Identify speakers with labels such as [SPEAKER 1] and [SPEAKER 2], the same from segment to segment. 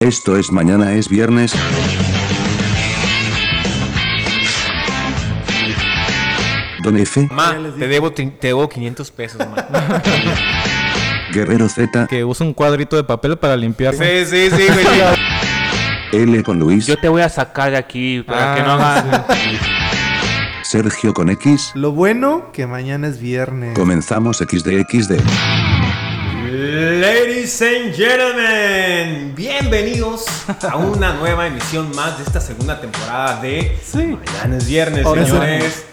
[SPEAKER 1] Esto es mañana es viernes. Don F,
[SPEAKER 2] Ma, te debo, te, te debo 500 pesos, ma.
[SPEAKER 1] Guerrero Z,
[SPEAKER 3] Que usa un cuadrito de papel para Ah, limpiarlo.
[SPEAKER 2] Sí, sí, sí, güey. sí.
[SPEAKER 1] L con Luis,
[SPEAKER 4] Yo te voy a sacar de aquí para
[SPEAKER 3] Ah,
[SPEAKER 4] que no hagas.
[SPEAKER 1] Sergio con X.
[SPEAKER 5] Lo bueno que mañana es viernes.
[SPEAKER 1] Comenzamos XDXD.
[SPEAKER 2] Ladies and gentlemen, bienvenidos a una nueva emisión más de esta segunda temporada de Mañana es viernes,
[SPEAKER 5] Ahora
[SPEAKER 2] señores.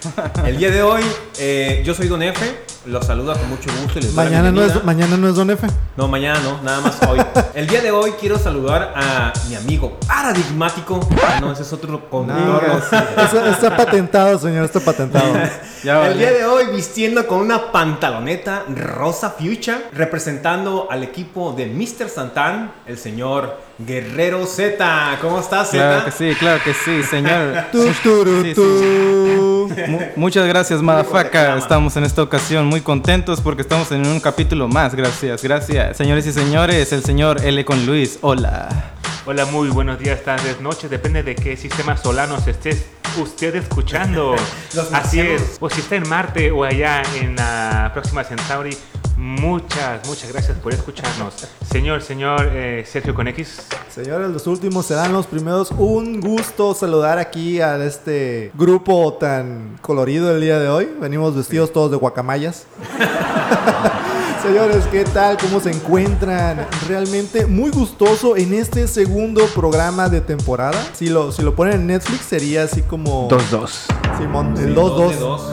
[SPEAKER 2] El día de hoy, eh, yo soy Don F, los saluda con mucho gusto y les doy la
[SPEAKER 5] Mañana no,
[SPEAKER 2] bienvenida.
[SPEAKER 5] es, mañana no es Don F.
[SPEAKER 2] No, mañana no, nada más hoy. El día de hoy quiero saludar a mi amigo paradigmático. Ah, no, ese es otro conductor.
[SPEAKER 5] Eso está patentado, señor, está patentado.
[SPEAKER 3] Ya
[SPEAKER 2] el
[SPEAKER 3] valió.
[SPEAKER 2] día de hoy vistiendo con una pantaloneta rosa fucha, representando al equipo de Mr. Santán, el señor Guerrero Z. ¿Cómo estás, Z?
[SPEAKER 3] Claro que sí, claro que sí, señor.
[SPEAKER 5] Tú, turu,
[SPEAKER 3] Sí, sí.
[SPEAKER 5] tú.
[SPEAKER 3] Mu- muchas gracias, Madafaka. Estamos en esta ocasión muy contentos porque estamos en un capítulo más. Gracias, gracias. Señores y señores, el señor L con Luis. Hola.
[SPEAKER 4] Hola, muy buenos días, tardes, noches. Depende de qué sistema solar nos estés usted escuchando.
[SPEAKER 2] Los
[SPEAKER 4] Así
[SPEAKER 2] marcianos.
[SPEAKER 4] es. O si está en Marte o allá en la próxima Centauri. Muchas, muchas gracias por escucharnos. Señor, señor eh, Sergio con X.
[SPEAKER 5] Señores, los últimos serán los primeros. Un gusto saludar aquí a este grupo tan colorido el día de hoy. Venimos vestidos todos de guacamayas. Señores, ¿qué tal? ¿Cómo se encuentran? Realmente muy gustoso en este segundo programa de temporada. Si lo, si lo ponen en Netflix sería así como...
[SPEAKER 3] 2-2.
[SPEAKER 5] Simón, el
[SPEAKER 2] Dos
[SPEAKER 5] 2-2.
[SPEAKER 2] de dos,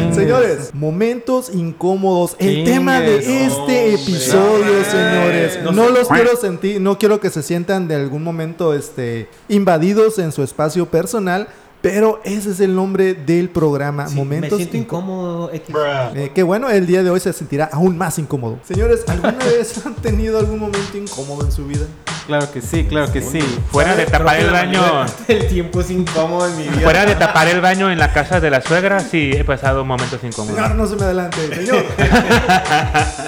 [SPEAKER 2] ajá.
[SPEAKER 5] Señores, momentos incómodos. El
[SPEAKER 3] Chingues.
[SPEAKER 5] tema de
[SPEAKER 3] No,
[SPEAKER 5] este
[SPEAKER 2] hombre.
[SPEAKER 5] episodio, señores.
[SPEAKER 2] No
[SPEAKER 5] No,
[SPEAKER 2] sé.
[SPEAKER 5] los quiero sentir, no quiero que se sientan de algún momento este, invadidos en su espacio personal, pero ese es el nombre del programa.
[SPEAKER 2] Sí,
[SPEAKER 5] momentos
[SPEAKER 2] me siento
[SPEAKER 5] incó-
[SPEAKER 2] incómodo, X.
[SPEAKER 5] eh, que bueno, el día de hoy se sentirá aún más incómodo. Señores, ¿alguna vez han tenido algún momento incómodo en su vida?
[SPEAKER 3] Claro que sí, claro que sí.
[SPEAKER 4] Fuera de
[SPEAKER 2] Creo
[SPEAKER 4] tapar
[SPEAKER 2] que
[SPEAKER 4] el
[SPEAKER 2] la mayoría
[SPEAKER 4] baño.
[SPEAKER 2] El tiempo es incómodo en mi vida.
[SPEAKER 4] Fuera de tapar el baño en la casa de la suegra, sí, he pasado momentos incómodos.
[SPEAKER 5] Señor, no se me adelante, señor.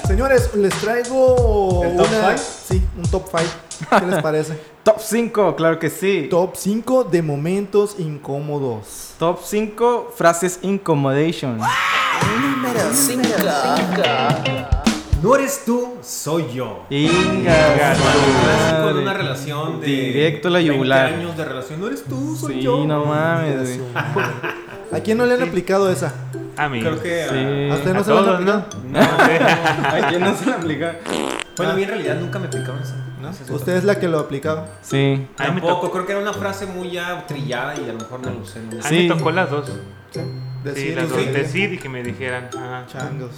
[SPEAKER 5] Señores, les traigo
[SPEAKER 2] ¿El top
[SPEAKER 5] una-
[SPEAKER 2] five?
[SPEAKER 5] sí, un top 5. ¿Qué les parece?
[SPEAKER 3] Top 5, claro que sí.
[SPEAKER 5] Top 5 de momentos incómodos.
[SPEAKER 3] Top 5 frases incommodation.
[SPEAKER 2] No eres tú, soy yo.
[SPEAKER 3] Inga, su
[SPEAKER 2] Con una
[SPEAKER 3] madre.
[SPEAKER 2] relación de
[SPEAKER 3] Directo a la
[SPEAKER 2] 20
[SPEAKER 3] yugular.
[SPEAKER 2] años de relación. No eres tú, soy
[SPEAKER 3] Sí,
[SPEAKER 2] yo.
[SPEAKER 3] no mames. güey.
[SPEAKER 5] ¿A quién no le han aplicado esa?
[SPEAKER 4] A mí.
[SPEAKER 2] Creo que. ah,
[SPEAKER 3] Sí.
[SPEAKER 5] ¿A usted no
[SPEAKER 4] a
[SPEAKER 5] se la han
[SPEAKER 4] todos,
[SPEAKER 5] aplicado?
[SPEAKER 2] no, no.
[SPEAKER 3] ¿A quién no se la aplica?
[SPEAKER 2] Bueno, a mí en
[SPEAKER 3] Ah.
[SPEAKER 2] realidad nunca me aplicaron eso. ¿no?
[SPEAKER 5] Usted es la que lo ha aplicado.
[SPEAKER 3] Sí.
[SPEAKER 4] A mí me
[SPEAKER 2] Tampoco, creo que era una frase muy ya trillada y a lo mejor no lo usé nunca.
[SPEAKER 4] A mí
[SPEAKER 3] Sí.
[SPEAKER 4] me tocó las dos. Sí,
[SPEAKER 5] Decir
[SPEAKER 4] las
[SPEAKER 5] y
[SPEAKER 4] dos.
[SPEAKER 5] decir.
[SPEAKER 4] Decir y que me dijeran. ajá.
[SPEAKER 5] Changos.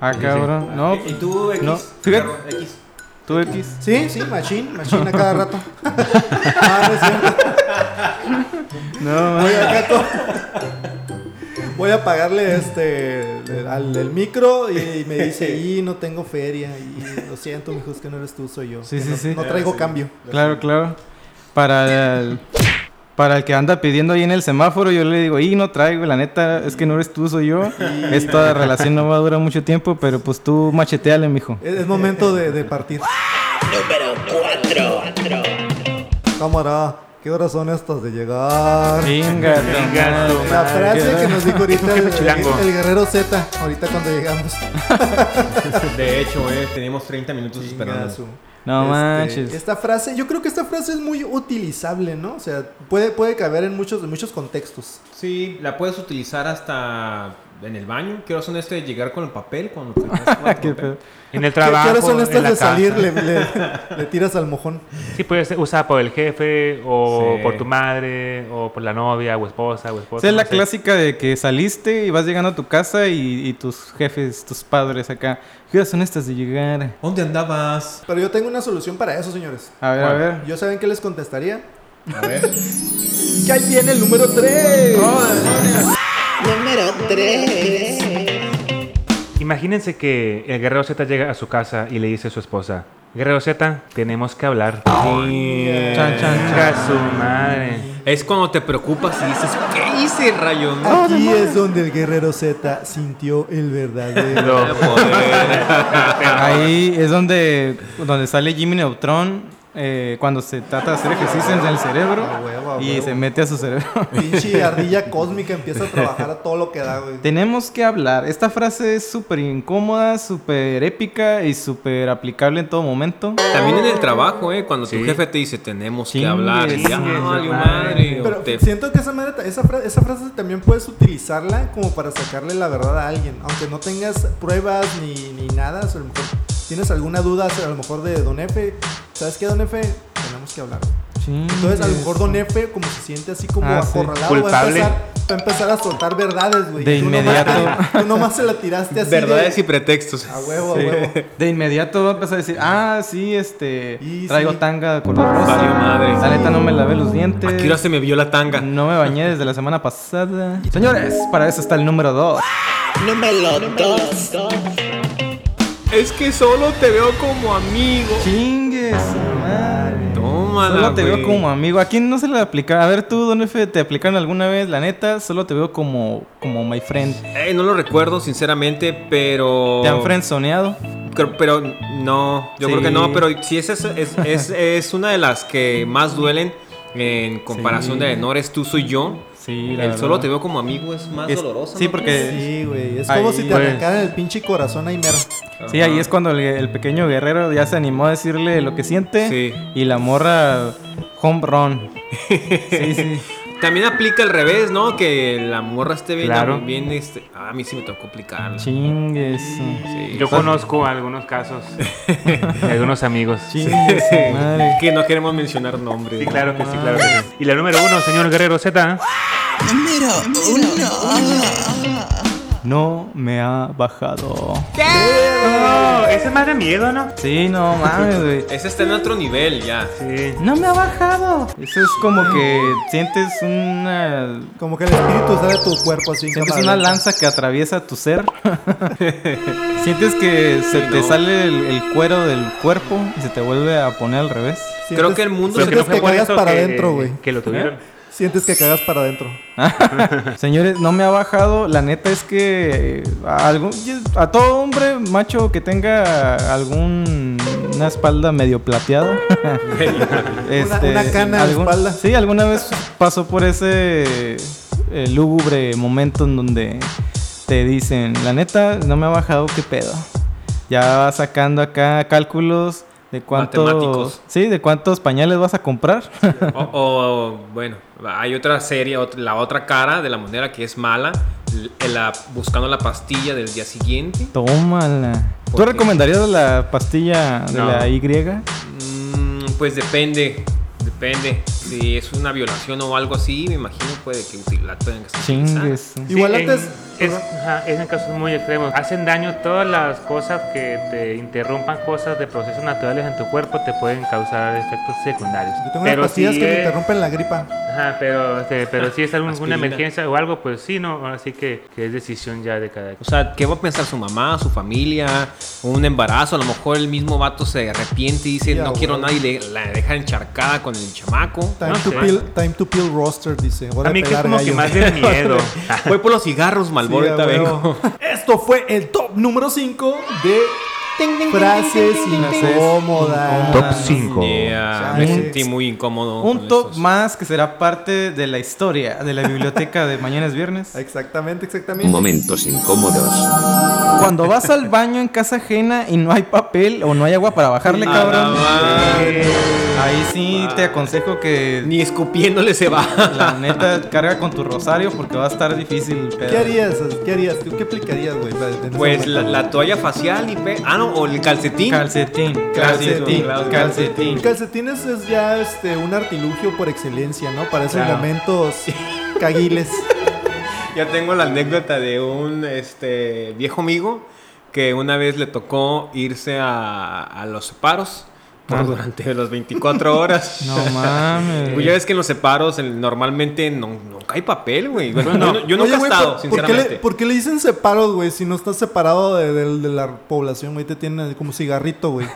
[SPEAKER 3] Ah, cabrón. No,
[SPEAKER 2] Eh, ¿Y tú, X?
[SPEAKER 3] No.
[SPEAKER 2] Claro, X.
[SPEAKER 3] tú X.
[SPEAKER 5] Sí, sí, machine, machine a cada rato. Ah, no es cierto.
[SPEAKER 3] No,
[SPEAKER 5] Voy acá todo- Voy a pagarle este el- al el micro y me dice, y no tengo feria, y lo siento, mijo, es que no eres tú, soy yo.
[SPEAKER 3] Sí,
[SPEAKER 5] Que
[SPEAKER 3] sí,
[SPEAKER 5] no,
[SPEAKER 3] sí.
[SPEAKER 5] No traigo cambio.
[SPEAKER 3] Claro, claro. Para el, para el que anda pidiendo ahí en el semáforo, yo le digo, y no traigo, la neta, es que no eres tú, soy yo. Esta relación no va a durar mucho tiempo, pero pues tú macheteale, mijo.
[SPEAKER 5] Es, es momento de, de partir. Número 4. Cámara, ¿qué horas son estas de llegar?
[SPEAKER 3] Venga,
[SPEAKER 4] Venga, tu
[SPEAKER 5] La frase que nos dijo ahorita el,
[SPEAKER 4] Chilango.
[SPEAKER 5] el guerrero Z, ahorita cuando llegamos.
[SPEAKER 2] De hecho, eh, tenemos 30 minutos esperando.
[SPEAKER 3] No manches.
[SPEAKER 5] Este, Esta frase, yo creo que esta frase es muy utilizable, ¿no? O sea, puede, puede caber en muchos, en muchos contextos.
[SPEAKER 2] Sí, la puedes utilizar hasta en el baño. ¿Qué horas son este de llegar con el papel? Cuando te quedas con el
[SPEAKER 3] Qué
[SPEAKER 2] papel?
[SPEAKER 3] pedo.
[SPEAKER 4] En el
[SPEAKER 5] ¿Qué, qué
[SPEAKER 4] trabajo.
[SPEAKER 5] horas son
[SPEAKER 4] en
[SPEAKER 5] estas
[SPEAKER 4] la
[SPEAKER 5] de
[SPEAKER 4] casa.
[SPEAKER 5] salir? Le, le- le tiras al mojón.
[SPEAKER 4] Sí, puede ser usada por el jefe, o
[SPEAKER 2] Sí.
[SPEAKER 4] por tu madre, o por la novia, o esposa, o
[SPEAKER 5] pues,
[SPEAKER 3] Esa
[SPEAKER 4] esposa.
[SPEAKER 3] es
[SPEAKER 4] no
[SPEAKER 3] la
[SPEAKER 4] sé.
[SPEAKER 3] clásica de que saliste y vas llegando a tu casa y, y tus jefes, tus padres acá. ¿Qué horas son estas de llegar?
[SPEAKER 2] ¿Dónde andabas?
[SPEAKER 5] Pero yo tengo una solución para eso, señores.
[SPEAKER 3] A ver, a ver.
[SPEAKER 5] ¿Yo saben qué les contestaría? A ver. que ahí viene el número 3.
[SPEAKER 4] Oh, Imagínense que el guerrero Z llega a su casa y le dice a su esposa: Guerrero Z, tenemos que hablar.
[SPEAKER 5] eh,
[SPEAKER 3] Chan, chan, chan.
[SPEAKER 4] Chinga su madre.
[SPEAKER 2] Es cuando te preocupas y dices, ¿qué hice, rayo?
[SPEAKER 5] Aquí es donde el guerrero Z sintió el verdadero.
[SPEAKER 4] Lo-
[SPEAKER 2] Eh,
[SPEAKER 3] Ahí es donde, donde sale Jimmy Neutron eh, cuando se trata de hacer ejercicio en el cerebro
[SPEAKER 5] A huevo, a
[SPEAKER 3] y
[SPEAKER 5] huevo.
[SPEAKER 3] se mete a su cerebro.
[SPEAKER 5] Pinche ardilla cósmica empieza a trabajar a todo lo que da, güey.
[SPEAKER 3] Tenemos que hablar. Esta frase es súper incómoda, súper épica y súper aplicable en todo momento.
[SPEAKER 2] También en el trabajo, ¿eh? Cuando
[SPEAKER 4] Sí.
[SPEAKER 2] tu jefe te dice, tenemos
[SPEAKER 3] Chingue
[SPEAKER 2] que hablar. Y ya,
[SPEAKER 3] su
[SPEAKER 2] "Ah, valió
[SPEAKER 4] madre".
[SPEAKER 2] madre. o
[SPEAKER 5] Pero
[SPEAKER 2] te-
[SPEAKER 5] siento que esa, madre ta- esa, fra- esa frase también puedes utilizarla como para sacarle la verdad a alguien. Aunque no tengas pruebas ni, ni nada, o sea, a lo mejor tienes alguna duda, o sea, a lo mejor de Don Efe. ¿Sabes qué, Don Efe? Tenemos que hablar. Entonces, a lo mejor Don Efe, como se siente así como
[SPEAKER 3] Mm, Ah, sí.
[SPEAKER 5] acorralado,
[SPEAKER 4] Culpable.
[SPEAKER 5] Va, a empezar, va a empezar a soltar verdades, güey.
[SPEAKER 3] De
[SPEAKER 5] Tú nomás-
[SPEAKER 3] inmediato.
[SPEAKER 5] tú nomás se la tiraste así. de-
[SPEAKER 2] Verdades y pretextos.
[SPEAKER 5] A huevo, a huevo.
[SPEAKER 3] De inmediato va a empezar a decir, ah, sí, este,
[SPEAKER 5] Y
[SPEAKER 3] traigo
[SPEAKER 5] sí.
[SPEAKER 3] tanga de color rosa.
[SPEAKER 2] Valió madre.
[SPEAKER 3] La neta no me lavé los dientes.
[SPEAKER 2] ¿A qué hora se me vio la tanga?
[SPEAKER 3] No me bañé desde la semana pasada. Señores, para eso está el número 2.
[SPEAKER 2] Es que solo te veo como amigo.
[SPEAKER 3] Chingues, su madre.
[SPEAKER 2] Tómala,
[SPEAKER 3] Solo te veo
[SPEAKER 2] güey.
[SPEAKER 3] como amigo. ¿A quién no se le aplica? A ver tú, Don F, ¿te aplicaron alguna vez? La neta, solo te veo como, como my friend.
[SPEAKER 2] Eh, no lo recuerdo, sinceramente, pero.
[SPEAKER 3] ¿Te han friendzoneado?
[SPEAKER 2] Creo- Pero no, yo
[SPEAKER 3] Sí.
[SPEAKER 2] creo que no, pero sí, esa es, es, es, es una de las que más duelen en comparación
[SPEAKER 3] Sí.
[SPEAKER 2] de no eres tú, soy yo.
[SPEAKER 3] Sí,
[SPEAKER 2] El
[SPEAKER 3] la verdad.
[SPEAKER 2] solo te veo como amigo es más
[SPEAKER 3] Es-
[SPEAKER 2] doloroso.
[SPEAKER 3] sí,
[SPEAKER 2] ¿no?
[SPEAKER 3] porque-
[SPEAKER 5] Sí, güey. Es
[SPEAKER 3] Ahí,
[SPEAKER 5] como si te
[SPEAKER 3] güey.
[SPEAKER 5] arrancaran el pinche corazón ahí mero.
[SPEAKER 3] Sí, ahí es cuando el, el pequeño guerrero ya se animó a decirle lo que siente.
[SPEAKER 2] Sí.
[SPEAKER 3] Y la morra, home run. Sí, sí.
[SPEAKER 2] También aplica al revés, ¿no? Que la morra esté bien.
[SPEAKER 4] Claro.
[SPEAKER 2] bien este... ah, a mí sí me tocó aplicarla. Sí.
[SPEAKER 3] Chingues.
[SPEAKER 4] Yo conozco algunos casos de algunos amigos.
[SPEAKER 3] Chingues, madre.
[SPEAKER 2] Que no queremos mencionar nombres.
[SPEAKER 4] Sí,
[SPEAKER 2] ¿no?
[SPEAKER 4] claro que sí, claro que sí. Y la número uno, señor Guerrero Z.
[SPEAKER 3] No me ha bajado.
[SPEAKER 4] No, Oh, ese es más de miedo, ¿no?
[SPEAKER 3] Sí, no mames, güey.
[SPEAKER 2] Ese está en otro nivel ya.
[SPEAKER 4] Sí.
[SPEAKER 3] No me ha bajado. Eso es como que sientes una.
[SPEAKER 5] Como que el espíritu sale de tu cuerpo así.
[SPEAKER 3] Sientes
[SPEAKER 5] cámara
[SPEAKER 3] una
[SPEAKER 5] lenta.
[SPEAKER 3] lanza que atraviesa tu ser. sientes que se te
[SPEAKER 2] no.
[SPEAKER 3] sale el, el cuero del cuerpo y se te vuelve a poner al revés.
[SPEAKER 5] Sientes-
[SPEAKER 2] Creo que el mundo
[SPEAKER 5] Sientes
[SPEAKER 2] se- Creo
[SPEAKER 5] que,
[SPEAKER 4] por
[SPEAKER 5] cagas
[SPEAKER 4] eso
[SPEAKER 5] para
[SPEAKER 4] que-
[SPEAKER 5] adentro, güey.
[SPEAKER 4] Que lo tuvieron.
[SPEAKER 5] Sientes que cagas para adentro.
[SPEAKER 3] Señores, no me ha bajado. La neta es que eh, a, algún- a todo hombre macho que tenga algún una espalda medio plateada. este,
[SPEAKER 5] una cana de espalda.
[SPEAKER 3] Sí, alguna vez pasó por ese eh, lúgubre momento en donde te dicen, la neta, no me ha bajado, qué pedo. Ya vas sacando acá cálculos de cuántos,
[SPEAKER 2] Matemáticos.
[SPEAKER 3] sí, de cuántos pañales vas a comprar.
[SPEAKER 2] O, o, bueno, hay otra serie, ot- la otra cara de la moneda que es mala, l- la, buscando la pastilla del día siguiente.
[SPEAKER 3] Tómala.
[SPEAKER 2] ¿Por
[SPEAKER 3] ¿Tú
[SPEAKER 2] qué?
[SPEAKER 3] recomendarías la pastilla de
[SPEAKER 2] No.
[SPEAKER 3] la Y?
[SPEAKER 2] Mm, pues depende, depende. Si es una violación o algo así, me imagino puede que util- la tengas que utilizar.
[SPEAKER 3] Chingues.
[SPEAKER 4] Sí,
[SPEAKER 5] Igual
[SPEAKER 4] en-
[SPEAKER 5] antes.
[SPEAKER 4] Es, ajá, es en casos muy extremos. Hacen daño todas las cosas que te interrumpan, cosas de procesos naturales en tu cuerpo, te pueden causar efectos secundarios.
[SPEAKER 5] Yo tengo unas pastillas
[SPEAKER 4] si
[SPEAKER 5] que me
[SPEAKER 4] es-
[SPEAKER 5] interrumpen la gripa.
[SPEAKER 4] Ajá, pero, este, pero si es alguna
[SPEAKER 2] Aspirina.
[SPEAKER 4] emergencia o algo, pues sí, no. Así que, que es decisión ya de cada
[SPEAKER 2] O sea, ¿qué va a pensar su mamá, su familia? Un embarazo, a lo mejor el mismo vato se arrepiente y dice,
[SPEAKER 5] Ya,
[SPEAKER 2] no quiero a
[SPEAKER 5] güey.
[SPEAKER 2] nadie, le- la deja encharcada con el chamaco.
[SPEAKER 5] Time,
[SPEAKER 4] No
[SPEAKER 5] to
[SPEAKER 4] sé.
[SPEAKER 5] peel, time to peel roster, dice. Hora
[SPEAKER 4] A mí
[SPEAKER 5] Pues, de
[SPEAKER 4] que
[SPEAKER 5] pelar
[SPEAKER 4] es como que
[SPEAKER 5] gallo.
[SPEAKER 4] más de miedo. Ah,
[SPEAKER 2] Voy por los cigarros, Malboro,
[SPEAKER 5] Sí, a
[SPEAKER 2] ahorita
[SPEAKER 5] huevo.
[SPEAKER 2] vengo.
[SPEAKER 5] Esto fue el top número 5 de frases incómodas.
[SPEAKER 3] Top
[SPEAKER 2] Yeah, ah, me
[SPEAKER 5] Chale.
[SPEAKER 2] sentí muy incómodo.
[SPEAKER 3] Un
[SPEAKER 2] con
[SPEAKER 3] top
[SPEAKER 2] estos.
[SPEAKER 3] más que será parte de la historia de la biblioteca de Mañana es Viernes.
[SPEAKER 5] Exactamente, exactamente.
[SPEAKER 1] Momentos incómodos.
[SPEAKER 3] Cuando vas al baño en casa ajena y no hay papel o no hay agua para bajarle,
[SPEAKER 2] Ah,
[SPEAKER 3] cabrón.
[SPEAKER 2] madre.
[SPEAKER 3] Ahí sí te aconsejo que
[SPEAKER 2] Ni escupiéndole se va.
[SPEAKER 3] la neta carga con tu rosario porque va a estar difícil. el pedo.
[SPEAKER 5] ¿Qué harías? ¿Qué harías? ¿Tú qué aplicarías, güey? en ese
[SPEAKER 2] Pues
[SPEAKER 5] momento?
[SPEAKER 2] la, la toalla facial y pe... Ah, no, o el calcetín.
[SPEAKER 3] Calcetín, calcetín,
[SPEAKER 2] Claro,
[SPEAKER 3] calcetín.
[SPEAKER 5] Calcetines es ya este, un artilugio por excelencia, ¿no? Para esos
[SPEAKER 3] Claro.
[SPEAKER 5] momentos caguiles.
[SPEAKER 2] Ya tengo la anécdota de un este, viejo amigo que una vez le tocó irse a, a los separos por
[SPEAKER 5] Ah.
[SPEAKER 2] durante las 24 horas.
[SPEAKER 3] No mames.
[SPEAKER 2] Pues ya ves que en los separos el- normalmente no, no Nunca hay papel, güey.
[SPEAKER 4] Bueno,
[SPEAKER 2] yo, no- yo nunca
[SPEAKER 5] Oye,
[SPEAKER 2] he
[SPEAKER 5] güey,
[SPEAKER 2] estado,
[SPEAKER 5] ¿por-
[SPEAKER 2] sinceramente.
[SPEAKER 5] ¿por qué, le, por qué le dicen separos, güey? Si no estás separado de, de- de la población, güey, te tienen ahí como cigarrito, güey.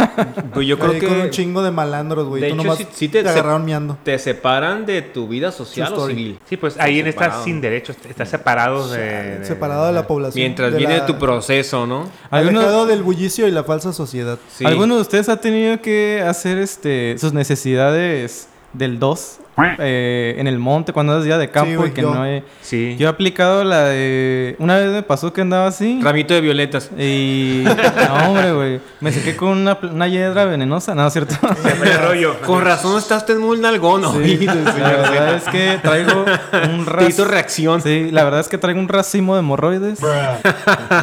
[SPEAKER 2] Pues yo creo
[SPEAKER 5] Ahí Con un
[SPEAKER 2] que
[SPEAKER 5] chingo de malandros, güey.
[SPEAKER 2] De
[SPEAKER 5] Tú
[SPEAKER 2] hecho,
[SPEAKER 5] nomás
[SPEAKER 2] sí- sí te-
[SPEAKER 5] te agarraron miando.
[SPEAKER 2] te separan de tu vida social
[SPEAKER 5] True
[SPEAKER 2] o
[SPEAKER 5] story.
[SPEAKER 2] civil.
[SPEAKER 4] Sí, pues ahí en
[SPEAKER 2] Separado.
[SPEAKER 4] estas sin derechos, estás separado de, de-
[SPEAKER 5] Separado de la población.
[SPEAKER 2] Eh, Mientras
[SPEAKER 5] de
[SPEAKER 2] viene
[SPEAKER 5] la-
[SPEAKER 2] tu proceso, ¿no?
[SPEAKER 3] ¿Alguno-
[SPEAKER 5] Alejado del bullicio y la falsa sociedad.
[SPEAKER 2] Sí.
[SPEAKER 3] ¿Alguno de ustedes ha tenido que hacer este sus necesidades del 2 en el monte cuando andas ya de campo
[SPEAKER 5] güey,
[SPEAKER 3] y que
[SPEAKER 5] yo.
[SPEAKER 3] no hay...
[SPEAKER 4] Sí.
[SPEAKER 3] Yo he aplicado la de... Una vez me pasó que andaba así
[SPEAKER 2] Ramito de violetas.
[SPEAKER 3] y... No, hombre, güey. Me saqué con una, pl- una hiedra venenosa. No, ¿cierto?
[SPEAKER 4] Siempre rollo.
[SPEAKER 2] Con razón estás ten muy nalgón, ¿no?
[SPEAKER 3] Sí, la verdad es que traigo un
[SPEAKER 2] Te hizo
[SPEAKER 3] ras-
[SPEAKER 2] reacción.
[SPEAKER 3] Sí, la verdad es que traigo un racimo de hemorroides.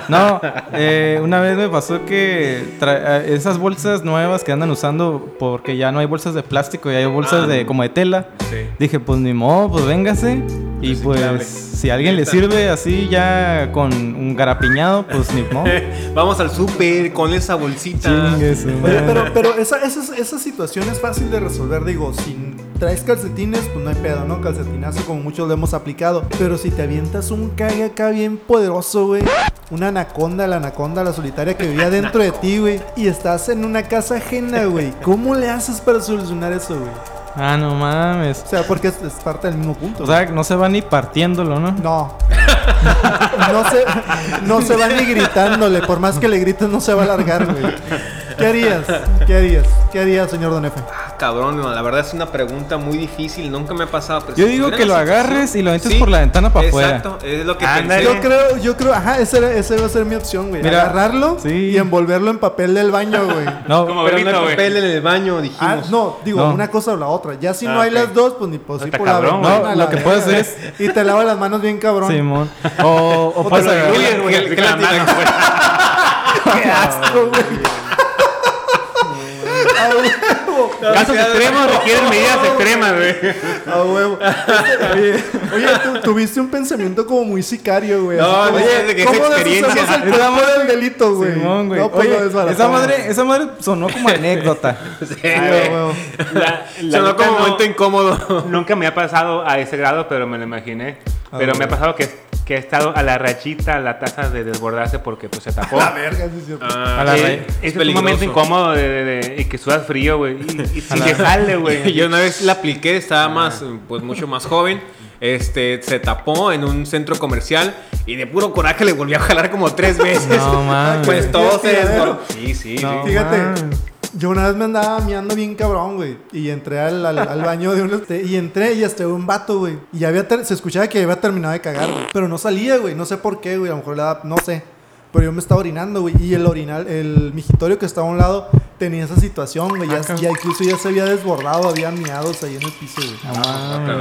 [SPEAKER 3] No, eh, una vez me pasó que tra- eh, esas bolsas nuevas que andan usando, porque ya no hay bolsas de plástico, ya hay bolsas de como de tela.
[SPEAKER 2] Sí.
[SPEAKER 3] Dije, pues ni modo, pues véngase. Y
[SPEAKER 2] Reciclable.
[SPEAKER 3] pues, si a alguien le sirve así ya con un garapiñado, pues ni modo.
[SPEAKER 2] Vamos al súper con esa bolsita.
[SPEAKER 3] Chingue su
[SPEAKER 5] Oye,
[SPEAKER 3] madre.
[SPEAKER 5] pero, pero esa, esa, esa situación es fácil de resolver. Digo, si traes calcetines, pues no hay pedo, ¿no? Calcetinazo, como muchos lo hemos aplicado. Pero si te avientas un cague acá bien poderoso, güey. Una anaconda, la anaconda, la solitaria que vivía dentro de ti, güey. Y estás en una casa ajena, güey. ¿Cómo le haces para solucionar eso, güey?
[SPEAKER 3] Ah, no mames.
[SPEAKER 5] O sea, porque es, es parte del mismo punto.
[SPEAKER 3] O sea, no se va ni partiéndolo, ¿no?
[SPEAKER 5] no. No se, no se va ni gritándole. Por más que le grites, no se va a alargar, güey. ¿Qué harías? ¿Qué harías? ¿Qué harías, señor Don Efe?
[SPEAKER 2] Ah, Cabrón, no, la verdad es una pregunta muy difícil. Nunca me ha pasado. pero
[SPEAKER 3] Yo
[SPEAKER 2] si
[SPEAKER 3] digo
[SPEAKER 2] estuviera
[SPEAKER 3] que
[SPEAKER 2] en
[SPEAKER 3] lo
[SPEAKER 2] la
[SPEAKER 3] agarres y lo avientes
[SPEAKER 2] situación-
[SPEAKER 3] por la ventana para afuera.
[SPEAKER 2] Exacto, es lo que pensé.
[SPEAKER 4] Ándale.
[SPEAKER 5] Yo creo, yo creo, ajá, esa, era- esa iba a ser mi opción, güey.
[SPEAKER 3] Mira,
[SPEAKER 5] Agarrarlo
[SPEAKER 3] sí.
[SPEAKER 5] y envolverlo en papel del baño, güey.
[SPEAKER 3] No,
[SPEAKER 4] Como
[SPEAKER 2] Pero
[SPEAKER 4] Perrito,
[SPEAKER 2] no hay
[SPEAKER 4] güey.
[SPEAKER 2] papel en el baño, dijimos.
[SPEAKER 5] Ah, no, digo,
[SPEAKER 3] No.
[SPEAKER 5] una cosa o la otra. Ya si
[SPEAKER 4] Ah,
[SPEAKER 5] no hay
[SPEAKER 4] ok.
[SPEAKER 5] las dos, pues ni pues sí
[SPEAKER 4] Está
[SPEAKER 5] por la
[SPEAKER 4] cabrón,
[SPEAKER 5] ventana,
[SPEAKER 3] güey.
[SPEAKER 5] la
[SPEAKER 3] No, lo que
[SPEAKER 5] verga,
[SPEAKER 3] puedes
[SPEAKER 5] güey.
[SPEAKER 3] es-
[SPEAKER 5] Y te lavas las manos bien cabrón.
[SPEAKER 3] Simón. O, o puedes
[SPEAKER 4] Pero
[SPEAKER 3] agarrar-
[SPEAKER 4] diluyen, güey,
[SPEAKER 2] ¿Qué-
[SPEAKER 4] con
[SPEAKER 2] qué
[SPEAKER 4] la
[SPEAKER 2] latina?
[SPEAKER 4] mano, güey.
[SPEAKER 5] Qué asco, güey.
[SPEAKER 4] Casos extremos requieren medidas extremas, güey.
[SPEAKER 5] A huevo. Oye, oye, tú tuviste un pensamiento como muy sicario, güey.
[SPEAKER 2] No,
[SPEAKER 5] Así como,
[SPEAKER 2] no, es de que esa
[SPEAKER 5] ¿cómo
[SPEAKER 2] experiencia-
[SPEAKER 5] deshacemos el
[SPEAKER 3] Esa
[SPEAKER 5] cuerpo del delito, güey?
[SPEAKER 3] Simón, güey.
[SPEAKER 5] No, pues
[SPEAKER 3] Oye,
[SPEAKER 5] lo desbaratamos.
[SPEAKER 3] esa madre, esa madre sonó como anécdota.
[SPEAKER 2] Sí,
[SPEAKER 5] Sí, a
[SPEAKER 2] güey.
[SPEAKER 5] huevo.
[SPEAKER 4] La, la
[SPEAKER 2] Sonó
[SPEAKER 4] neta
[SPEAKER 2] como
[SPEAKER 4] no-
[SPEAKER 2] un momento incómodo.
[SPEAKER 4] Nunca me ha pasado a ese grado, pero me lo imaginé. Pero me ha pasado que, que he estado a la rachita, a la taza de desbordarse porque pues se tapó.
[SPEAKER 5] La verga, sí es cierto.
[SPEAKER 2] Ah,
[SPEAKER 3] A la
[SPEAKER 4] Eh,
[SPEAKER 3] raíz.
[SPEAKER 2] es
[SPEAKER 4] es un momento
[SPEAKER 2] peligroso.
[SPEAKER 4] incómodo de, de- de- y que sudas frío, güey. Y, y si te sale, güey.
[SPEAKER 2] Yo una vez la apliqué, estaba más, pues mucho más joven. Este, se tapó en un centro comercial y de puro coraje le volví a jalar como tres veces.
[SPEAKER 3] No mames.
[SPEAKER 2] Pues todo se
[SPEAKER 5] Tiradero.
[SPEAKER 2] desbordó. Sí, sí,
[SPEAKER 3] No.
[SPEAKER 2] sí.
[SPEAKER 5] Fíjate,
[SPEAKER 3] mames.
[SPEAKER 5] yo una vez me andaba miando bien cabrón, güey. Y entré al, al- al baño de uno. este, Y entré y hasta un vato, güey. Y ya había ter- se escuchaba que había terminado de cagar, güey. Pero no salía, güey. No sé por qué, güey. A lo mejor le daba, no sé. Pero yo me estaba orinando, güey. Y el orinal, el migitorio que estaba a un lado tenía esa situación, güey. Ya, ya incluso ya se había desbordado, había miados ahí en el piso,
[SPEAKER 3] ah,
[SPEAKER 5] güey.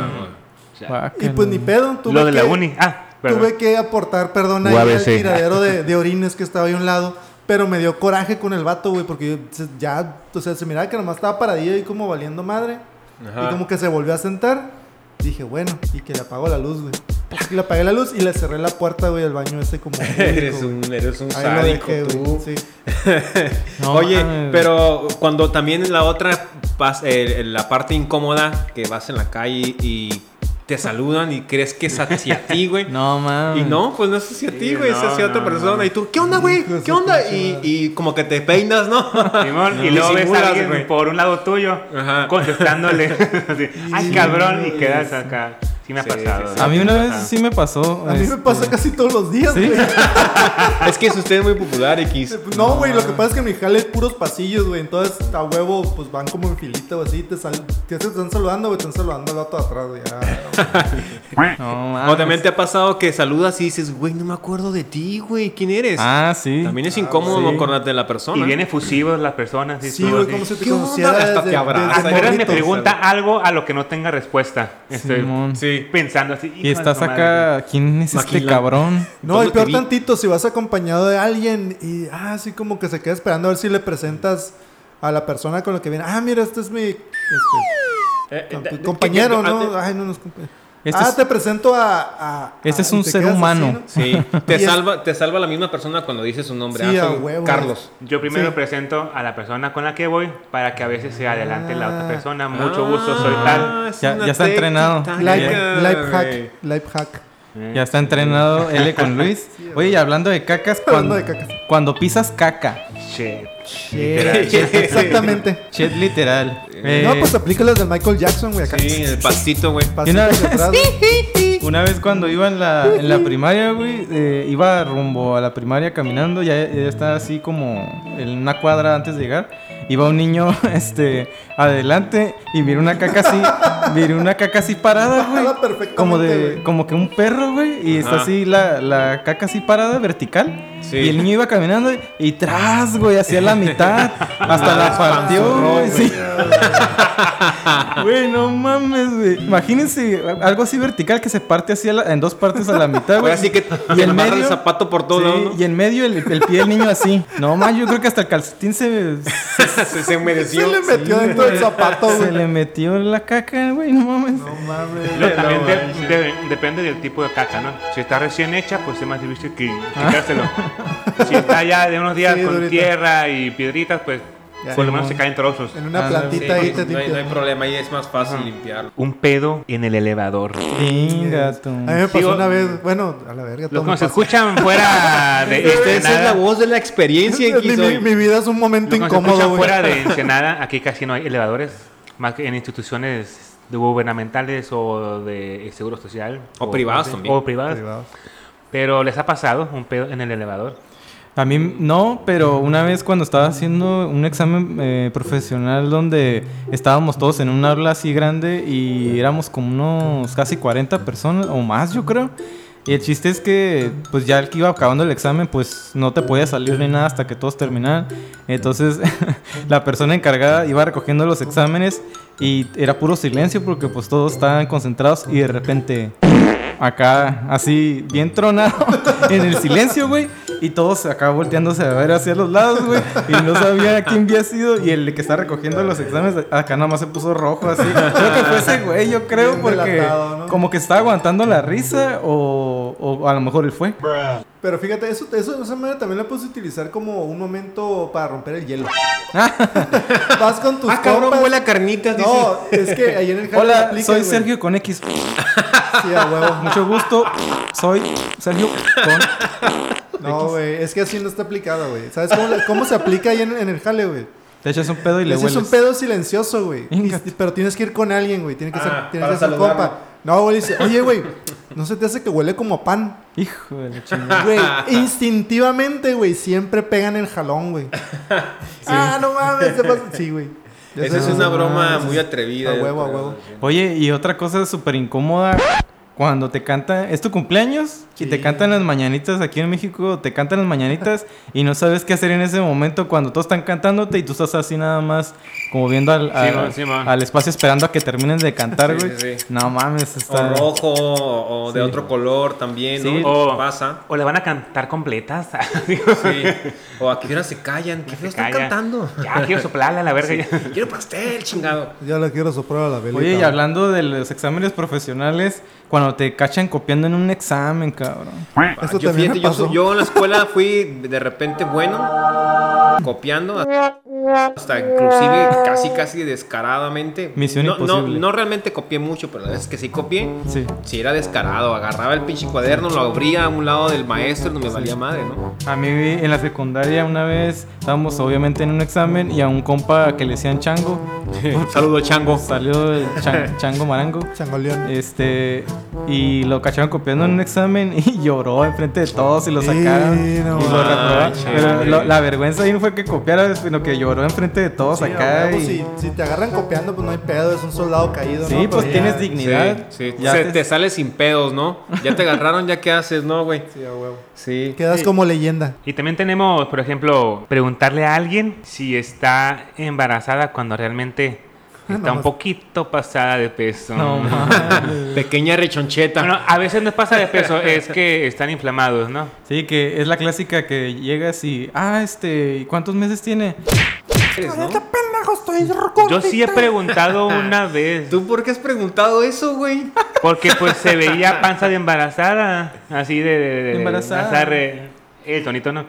[SPEAKER 5] Y Ah, pues ni pedo, tuve
[SPEAKER 4] Ah, Lo de la
[SPEAKER 5] que-
[SPEAKER 4] uni. Ah, perdón.
[SPEAKER 5] Tuve que aportar, perdón, ahí al tiradero de, de orines que estaba ahí a un lado. Pero me dio coraje con el vato, güey, porque yo se- ya, o sea, se miraba que nomás estaba paradillo ahí como valiendo madre.
[SPEAKER 2] Ajá.
[SPEAKER 5] Y como que se volvió a sentar. Dije, bueno, y que le apagó la luz, güey. Y le apagué la luz y le cerré la puerta, güey, al baño ese como. público,
[SPEAKER 2] Eres
[SPEAKER 5] güey.
[SPEAKER 2] un, eres un
[SPEAKER 5] Ahí lo
[SPEAKER 2] sádico
[SPEAKER 5] dejé,
[SPEAKER 2] tú.
[SPEAKER 5] güey. Sí.
[SPEAKER 3] No
[SPEAKER 2] Oye,
[SPEAKER 3] mames.
[SPEAKER 2] pero cuando también la otra, pas- eh, la parte incómoda que vas en la calle y te saludan y crees que es hacia ti, güey.
[SPEAKER 3] No mames.
[SPEAKER 2] Y no, pues no es hacia ti, güey, es
[SPEAKER 4] no,
[SPEAKER 2] hacia otra
[SPEAKER 4] no,
[SPEAKER 2] persona.
[SPEAKER 4] no.
[SPEAKER 2] Y tú, ¿qué onda, güey?
[SPEAKER 5] Hijo de
[SPEAKER 2] ¿Qué
[SPEAKER 5] su
[SPEAKER 2] onda?
[SPEAKER 5] pinche
[SPEAKER 2] Y,
[SPEAKER 5] madre.
[SPEAKER 2] y como que te peinas, ¿no?
[SPEAKER 4] Simón, y
[SPEAKER 2] No.
[SPEAKER 4] luego ves
[SPEAKER 2] Disimulas,
[SPEAKER 4] a alguien
[SPEAKER 2] güey.
[SPEAKER 4] por un lado tuyo
[SPEAKER 2] Ajá.
[SPEAKER 4] contestándole. Así, Ay, cabrón, y quedas acá. Sí me ha
[SPEAKER 2] Sí,
[SPEAKER 4] pasado.
[SPEAKER 2] sí, sí.
[SPEAKER 3] A mí
[SPEAKER 4] me
[SPEAKER 3] una
[SPEAKER 4] ha
[SPEAKER 3] vez
[SPEAKER 2] Ah.
[SPEAKER 4] pasado.
[SPEAKER 3] sí me pasó.
[SPEAKER 5] A mí me
[SPEAKER 3] este,
[SPEAKER 5] pasa casi todos los días,
[SPEAKER 3] ¿Sí?
[SPEAKER 5] güey.
[SPEAKER 2] es que es usted muy popular, X.
[SPEAKER 5] No, güey, lo que pasa es que en mi jale es puros pasillos, güey. Entonces, a huevo, pues van como en filita o así. Te, sal te están saludando, güey. Te están saludando al vato de atrás, güey. Ah,
[SPEAKER 3] No mames.
[SPEAKER 2] O también te ha pasado que saludas y dices, güey, no me acuerdo de ti, güey, ¿quién eres?
[SPEAKER 3] Ah, sí.
[SPEAKER 2] También es incómodo
[SPEAKER 3] sí.
[SPEAKER 2] acordarte de la persona.
[SPEAKER 4] Y bien efusivos las personas. y
[SPEAKER 5] sí,
[SPEAKER 4] todo
[SPEAKER 5] güey,
[SPEAKER 4] así.
[SPEAKER 5] como si te
[SPEAKER 2] ¿Qué onda?
[SPEAKER 5] conociera
[SPEAKER 2] Hasta
[SPEAKER 5] desde,
[SPEAKER 2] te abraza.
[SPEAKER 5] desde
[SPEAKER 4] Apenas me
[SPEAKER 5] morrito.
[SPEAKER 4] pregunta algo a lo que no tenga respuesta. Estoy
[SPEAKER 3] Simón.
[SPEAKER 2] Sí.
[SPEAKER 4] pensando así.
[SPEAKER 3] Y estás acá. ¿Quién es este
[SPEAKER 2] Maquila.
[SPEAKER 3] cabrón?
[SPEAKER 5] No, y
[SPEAKER 2] ¿Dónde te
[SPEAKER 5] peor
[SPEAKER 2] vi?
[SPEAKER 5] tantito, si vas acompañado de alguien y, ah, así como que se queda esperando a ver si le presentas a la persona con la que viene. Ah, mira, este es mi este,
[SPEAKER 2] Eh, eh,
[SPEAKER 5] con-
[SPEAKER 2] da-
[SPEAKER 5] tu compañero,
[SPEAKER 2] que- que-
[SPEAKER 5] ah, ¿no? Ay, no nos compañero.
[SPEAKER 3] Este
[SPEAKER 5] ah,
[SPEAKER 3] es-
[SPEAKER 5] te presento a. a-
[SPEAKER 3] Este
[SPEAKER 5] a-
[SPEAKER 3] es un
[SPEAKER 5] y te
[SPEAKER 3] ser
[SPEAKER 5] quedas
[SPEAKER 3] humano.
[SPEAKER 5] así, ¿no?
[SPEAKER 2] Sí, te
[SPEAKER 5] Y es-
[SPEAKER 2] salva, te salva la misma persona cuando dice su nombre.
[SPEAKER 5] Sí,
[SPEAKER 2] Ah,
[SPEAKER 5] a
[SPEAKER 2] soy
[SPEAKER 5] huevo.
[SPEAKER 2] Carlos.
[SPEAKER 4] Yo primero
[SPEAKER 5] Sí.
[SPEAKER 4] presento a la persona con la que voy para que a veces se adelante la otra
[SPEAKER 5] Ah.
[SPEAKER 4] persona. Mucho gusto, soy tal.
[SPEAKER 2] es
[SPEAKER 3] Ya-
[SPEAKER 2] una
[SPEAKER 3] ya está entrenado.
[SPEAKER 2] técnica,
[SPEAKER 5] Life, life
[SPEAKER 2] güey.
[SPEAKER 5] hack. Life hack.
[SPEAKER 3] Ya está entrenado L con Luis. Oye, y hablando de cacas,
[SPEAKER 5] Hablando
[SPEAKER 3] cuando,
[SPEAKER 5] de cacas.
[SPEAKER 3] cuando pisas caca,
[SPEAKER 4] Shit.
[SPEAKER 5] Exactamente.
[SPEAKER 3] shit literal. Eh,
[SPEAKER 5] No, pues aplica las de Michael Jackson, güey. Acá.
[SPEAKER 2] Sí, el pastito, güey.
[SPEAKER 5] Pasito
[SPEAKER 3] Y una-
[SPEAKER 5] hacia atrás, güey.
[SPEAKER 3] Una vez cuando iba en la, en la primaria, güey, eh, iba rumbo a la primaria caminando, ya, ya está así como en una cuadra antes de llegar. Iba un niño, este, adelante y miró una caca así, miró una caca así parada,
[SPEAKER 5] Parada
[SPEAKER 3] güey.
[SPEAKER 5] perfectamente,
[SPEAKER 3] Como de,
[SPEAKER 5] güey.
[SPEAKER 3] como que un perro, güey, y está
[SPEAKER 2] Ajá.
[SPEAKER 3] así la, la caca así parada, vertical.
[SPEAKER 2] Sí.
[SPEAKER 3] Y el niño iba caminando y, y tras, güey, hacia la mitad, hasta la partió, güey. sí. Güey, no mames, güey. Imagínense algo así vertical que se parte así a la- en dos partes a la
[SPEAKER 2] Güey,
[SPEAKER 3] mitad, güey.
[SPEAKER 2] así que
[SPEAKER 3] y
[SPEAKER 2] te
[SPEAKER 3] en
[SPEAKER 2] amarra
[SPEAKER 3] medio,
[SPEAKER 2] el zapato por todo
[SPEAKER 3] sí,
[SPEAKER 2] lado, ¿no?
[SPEAKER 3] Y en medio el, el pie del niño así. No mames, yo creo que hasta el calcetín se, se,
[SPEAKER 2] se, se humedeció.
[SPEAKER 5] Se le metió dentro del zapato,
[SPEAKER 3] se
[SPEAKER 5] güey.
[SPEAKER 3] le metió la caca, güey, no mames.
[SPEAKER 5] No mames.
[SPEAKER 4] Luego también
[SPEAKER 2] No,
[SPEAKER 4] de-
[SPEAKER 2] manches.
[SPEAKER 4] de- depende del tipo de caca, ¿no? Si está recién hecha, pues es más difícil que
[SPEAKER 3] Ah.
[SPEAKER 4] quitárselo. si está ya de unos días
[SPEAKER 5] Sí,
[SPEAKER 4] con
[SPEAKER 5] durita.
[SPEAKER 4] tierra y piedritas, pues
[SPEAKER 5] Ya.
[SPEAKER 4] por lo
[SPEAKER 5] Sí,
[SPEAKER 4] menos
[SPEAKER 5] mon.
[SPEAKER 4] se caen trozos.
[SPEAKER 5] En una
[SPEAKER 3] Ah,
[SPEAKER 2] Sí,
[SPEAKER 5] plantita ahí te
[SPEAKER 2] no, hay, no hay
[SPEAKER 5] limpias.
[SPEAKER 2] problema, ahí es más fácil limpiarlo.
[SPEAKER 4] Un pedo en el elevador.
[SPEAKER 3] Venga, tú.
[SPEAKER 5] A mí me pasó
[SPEAKER 4] Digo,
[SPEAKER 5] una vez, bueno, a la verga, todo
[SPEAKER 4] Los que
[SPEAKER 5] me
[SPEAKER 4] nos
[SPEAKER 5] pasa.
[SPEAKER 4] escuchan fuera de este Ensenada,
[SPEAKER 2] voz de la experiencia,
[SPEAKER 5] mi, mi- mi vida es un momento
[SPEAKER 4] los que nos escuchan
[SPEAKER 5] incómodo, güey.
[SPEAKER 4] fuera de Ensenada, aquí casi no hay elevadores, más que en instituciones gubernamentales o de eh, seguro social.
[SPEAKER 2] O privadas también.
[SPEAKER 4] O privadas.
[SPEAKER 5] Privado.
[SPEAKER 4] Pero les ha pasado un pedo en el elevador.
[SPEAKER 3] A mí no, pero una vez cuando estaba haciendo un examen eh, profesional donde estábamos todos en un aula así grande y éramos como unos casi 40 personas o más, yo creo. Y el chiste es que, pues ya el que iba acabando el examen, pues no te podía salir ni nada hasta que todos terminaran. Entonces, la persona encargada iba recogiendo los exámenes y era puro silencio porque, pues, todos estaban concentrados y de repente acá, así, bien tronado, en el silencio, güey. Y todos acá volteándose a ver hacia los lados, güey. Y no sabía quién había sido. Y el que está recogiendo los exámenes, acá nada más se puso rojo, así. Creo que fue ese güey, yo creo,
[SPEAKER 5] Bien
[SPEAKER 3] porque
[SPEAKER 5] delatado, ¿no?
[SPEAKER 3] como que estaba aguantando la risa o, o a lo mejor él fue.
[SPEAKER 5] Pero fíjate, eso, eso de esa manera también la puedes utilizar como un momento para romper el hielo. Vas con tus
[SPEAKER 2] Ah, cabrón,
[SPEAKER 5] compas.
[SPEAKER 2] huele a carnitas, dice.
[SPEAKER 5] No, es que ahí en el jale la
[SPEAKER 3] Hola,
[SPEAKER 5] aplican,
[SPEAKER 3] soy
[SPEAKER 5] güey.
[SPEAKER 3] Sergio con X.
[SPEAKER 5] Sí, a huevo.
[SPEAKER 3] Mucho gusto. Soy Sergio con...
[SPEAKER 5] No, güey, es que así no está aplicada, güey. ¿Sabes cómo, la- cómo se aplica ahí en, en el jale, güey?
[SPEAKER 3] Te echas un pedo y le
[SPEAKER 5] Ese
[SPEAKER 3] hueles.
[SPEAKER 5] es un pedo silencioso, güey. Y-
[SPEAKER 3] Inga.
[SPEAKER 5] y- Pero tienes que ir con alguien, güey. Tiene que ser,
[SPEAKER 2] Ah,
[SPEAKER 5] tienes que
[SPEAKER 2] para
[SPEAKER 5] ser
[SPEAKER 2] saludarlo.
[SPEAKER 5] compa. No, güey, dice, oye, güey, no se te hace que huele como a pan.
[SPEAKER 3] Hijo de la chingada.
[SPEAKER 5] Güey, instintivamente, güey, siempre pegan el jalón, güey. Ah, no mames, te pasa- Sí, güey. Ya
[SPEAKER 2] Esa es
[SPEAKER 5] sabes,
[SPEAKER 2] una
[SPEAKER 5] no
[SPEAKER 2] broma
[SPEAKER 5] mames.
[SPEAKER 2] muy atrevida.
[SPEAKER 5] A
[SPEAKER 2] yo
[SPEAKER 5] huevo, a
[SPEAKER 2] creo.
[SPEAKER 5] huevo.
[SPEAKER 3] Oye, y otra cosa súper incómoda, cuando te canta, es tu cumpleaños y te
[SPEAKER 5] Sí.
[SPEAKER 3] cantan las mañanitas aquí en México, te cantan las mañanitas y no sabes qué hacer en ese momento cuando todos están cantándote y tú estás así nada más como viendo al, al-
[SPEAKER 4] Simón, Simón.
[SPEAKER 3] al espacio esperando a que terminen de cantar,
[SPEAKER 2] Sí,
[SPEAKER 3] güey.
[SPEAKER 2] sí, sí.
[SPEAKER 3] No mames,
[SPEAKER 2] O
[SPEAKER 3] está...
[SPEAKER 2] rojo, o o de
[SPEAKER 3] Sí.
[SPEAKER 2] otro color también,
[SPEAKER 3] Sí.
[SPEAKER 2] ¿no?
[SPEAKER 4] O,
[SPEAKER 2] Pasa.
[SPEAKER 4] o le van a cantar completas. Digo,
[SPEAKER 2] Sí. O a qué hora se callan, qué feo
[SPEAKER 4] se
[SPEAKER 2] están
[SPEAKER 4] calla.
[SPEAKER 2] cantando.
[SPEAKER 4] Ya, quiero soplarle a la verga. ya.
[SPEAKER 2] Quiero pastel, chingado.
[SPEAKER 5] Ya la quiero soplar a la velita.
[SPEAKER 3] Oye, y
[SPEAKER 5] güey.
[SPEAKER 3] hablando de los exámenes profesionales, cuando te cachan copiando en un examen, cabrón.
[SPEAKER 5] Eso
[SPEAKER 2] yo,
[SPEAKER 5] también
[SPEAKER 2] fíjate,
[SPEAKER 5] me
[SPEAKER 2] yo, so-
[SPEAKER 5] pasó.
[SPEAKER 2] yo en la escuela fui de repente bueno, copiando, hasta inclusive casi, casi descaradamente.
[SPEAKER 3] Misión
[SPEAKER 2] no, no,
[SPEAKER 3] imposible.
[SPEAKER 2] no realmente copié mucho, pero la vez que sí copié,
[SPEAKER 3] Sí.
[SPEAKER 2] sí era descarado. Agarraba el pinche cuaderno, lo abría a un lado del maestro, no me valía madre, ¿no?
[SPEAKER 3] A mí en la secundaria una vez estábamos obviamente en un examen y a un compa que le decían chango.
[SPEAKER 2] Saludo, chango.
[SPEAKER 3] Salió el chan- chango marango.
[SPEAKER 5] Changoleón.
[SPEAKER 3] Este, y lo cacharon copiando en un examen y lloró enfrente de todos y lo sacaron.
[SPEAKER 5] Sí, no
[SPEAKER 3] y lo
[SPEAKER 2] manches,
[SPEAKER 3] reprobaron. Pero
[SPEAKER 2] güey.
[SPEAKER 3] lo- la vergüenza ahí no fue que copiara, sino que lloró enfrente de todos
[SPEAKER 5] Sí, a
[SPEAKER 3] acá.
[SPEAKER 5] huevo,
[SPEAKER 3] y-
[SPEAKER 5] si, si te agarran copiando, pues no hay pedo, es un soldado caído.
[SPEAKER 3] Sí,
[SPEAKER 5] ¿no?
[SPEAKER 3] pues
[SPEAKER 5] Pero
[SPEAKER 3] tienes
[SPEAKER 5] ya-
[SPEAKER 2] Sí,
[SPEAKER 3] dignidad.
[SPEAKER 2] sí.
[SPEAKER 3] Ya
[SPEAKER 2] Se-
[SPEAKER 3] te-
[SPEAKER 2] te sale sin pedos, ¿no? Ya te agarraron, ya qué haces, ¿no, güey?
[SPEAKER 5] Sí, a huevo.
[SPEAKER 2] Sí.
[SPEAKER 5] Quedas como leyenda.
[SPEAKER 4] Y también tenemos, por ejemplo, preguntarle a alguien si está embarazada cuando realmente
[SPEAKER 5] Ah,
[SPEAKER 4] está
[SPEAKER 5] no
[SPEAKER 4] un
[SPEAKER 5] más.
[SPEAKER 4] poquito pasada de peso.
[SPEAKER 3] No mames.
[SPEAKER 2] Pequeña rechoncheta.
[SPEAKER 4] Bueno, a veces no es pasada de peso, es que están inflamados, ¿no?
[SPEAKER 3] Sí, que es la clásica que llegas y. Ah, este, ¿y ¿cuántos meses tiene?
[SPEAKER 2] eres, ¿no?
[SPEAKER 5] pendejo, estoy
[SPEAKER 4] Yo sí he preguntado una vez.
[SPEAKER 2] ¿Tú por qué has preguntado eso, güey?
[SPEAKER 4] Porque pues se veía panza de embarazada, así de... de- de- de-
[SPEAKER 3] Embarazada.
[SPEAKER 4] o sea, re- el tonito no.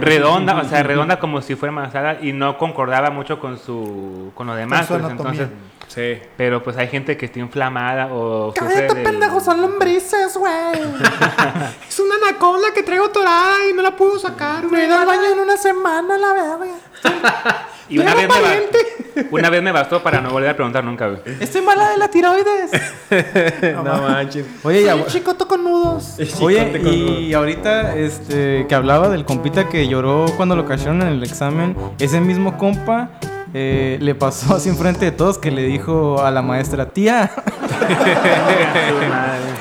[SPEAKER 4] Redonda, o sea, redonda como si fuera embarazada y no concordaba mucho con su... con lo demás.
[SPEAKER 5] su
[SPEAKER 4] pues,
[SPEAKER 5] anatomía.
[SPEAKER 4] entonces,
[SPEAKER 2] Sí.
[SPEAKER 4] pero pues hay gente que está inflamada o... sufre
[SPEAKER 5] Cállate,
[SPEAKER 4] del-
[SPEAKER 5] pendejo, son lombrices, güey.
[SPEAKER 2] Es una anaconda que traigo torada y no la puedo sacar,
[SPEAKER 5] Me he ido al baño en una semana, la verga.
[SPEAKER 4] Y una
[SPEAKER 5] ¡Era
[SPEAKER 4] vez, me ba- una vez me bastó para no volver a preguntar nunca, güey.
[SPEAKER 5] Estoy mala de la tiroides.
[SPEAKER 2] No manches.
[SPEAKER 3] Oye, y
[SPEAKER 5] Soy
[SPEAKER 3] a-
[SPEAKER 5] un chico toconudos.
[SPEAKER 3] Oye,
[SPEAKER 2] Chicote con-
[SPEAKER 3] y ahorita este, que hablaba del compita que lloró cuando lo cacharon en el examen, ese mismo compa eh, le pasó así enfrente de todos que le dijo a la maestra, tía,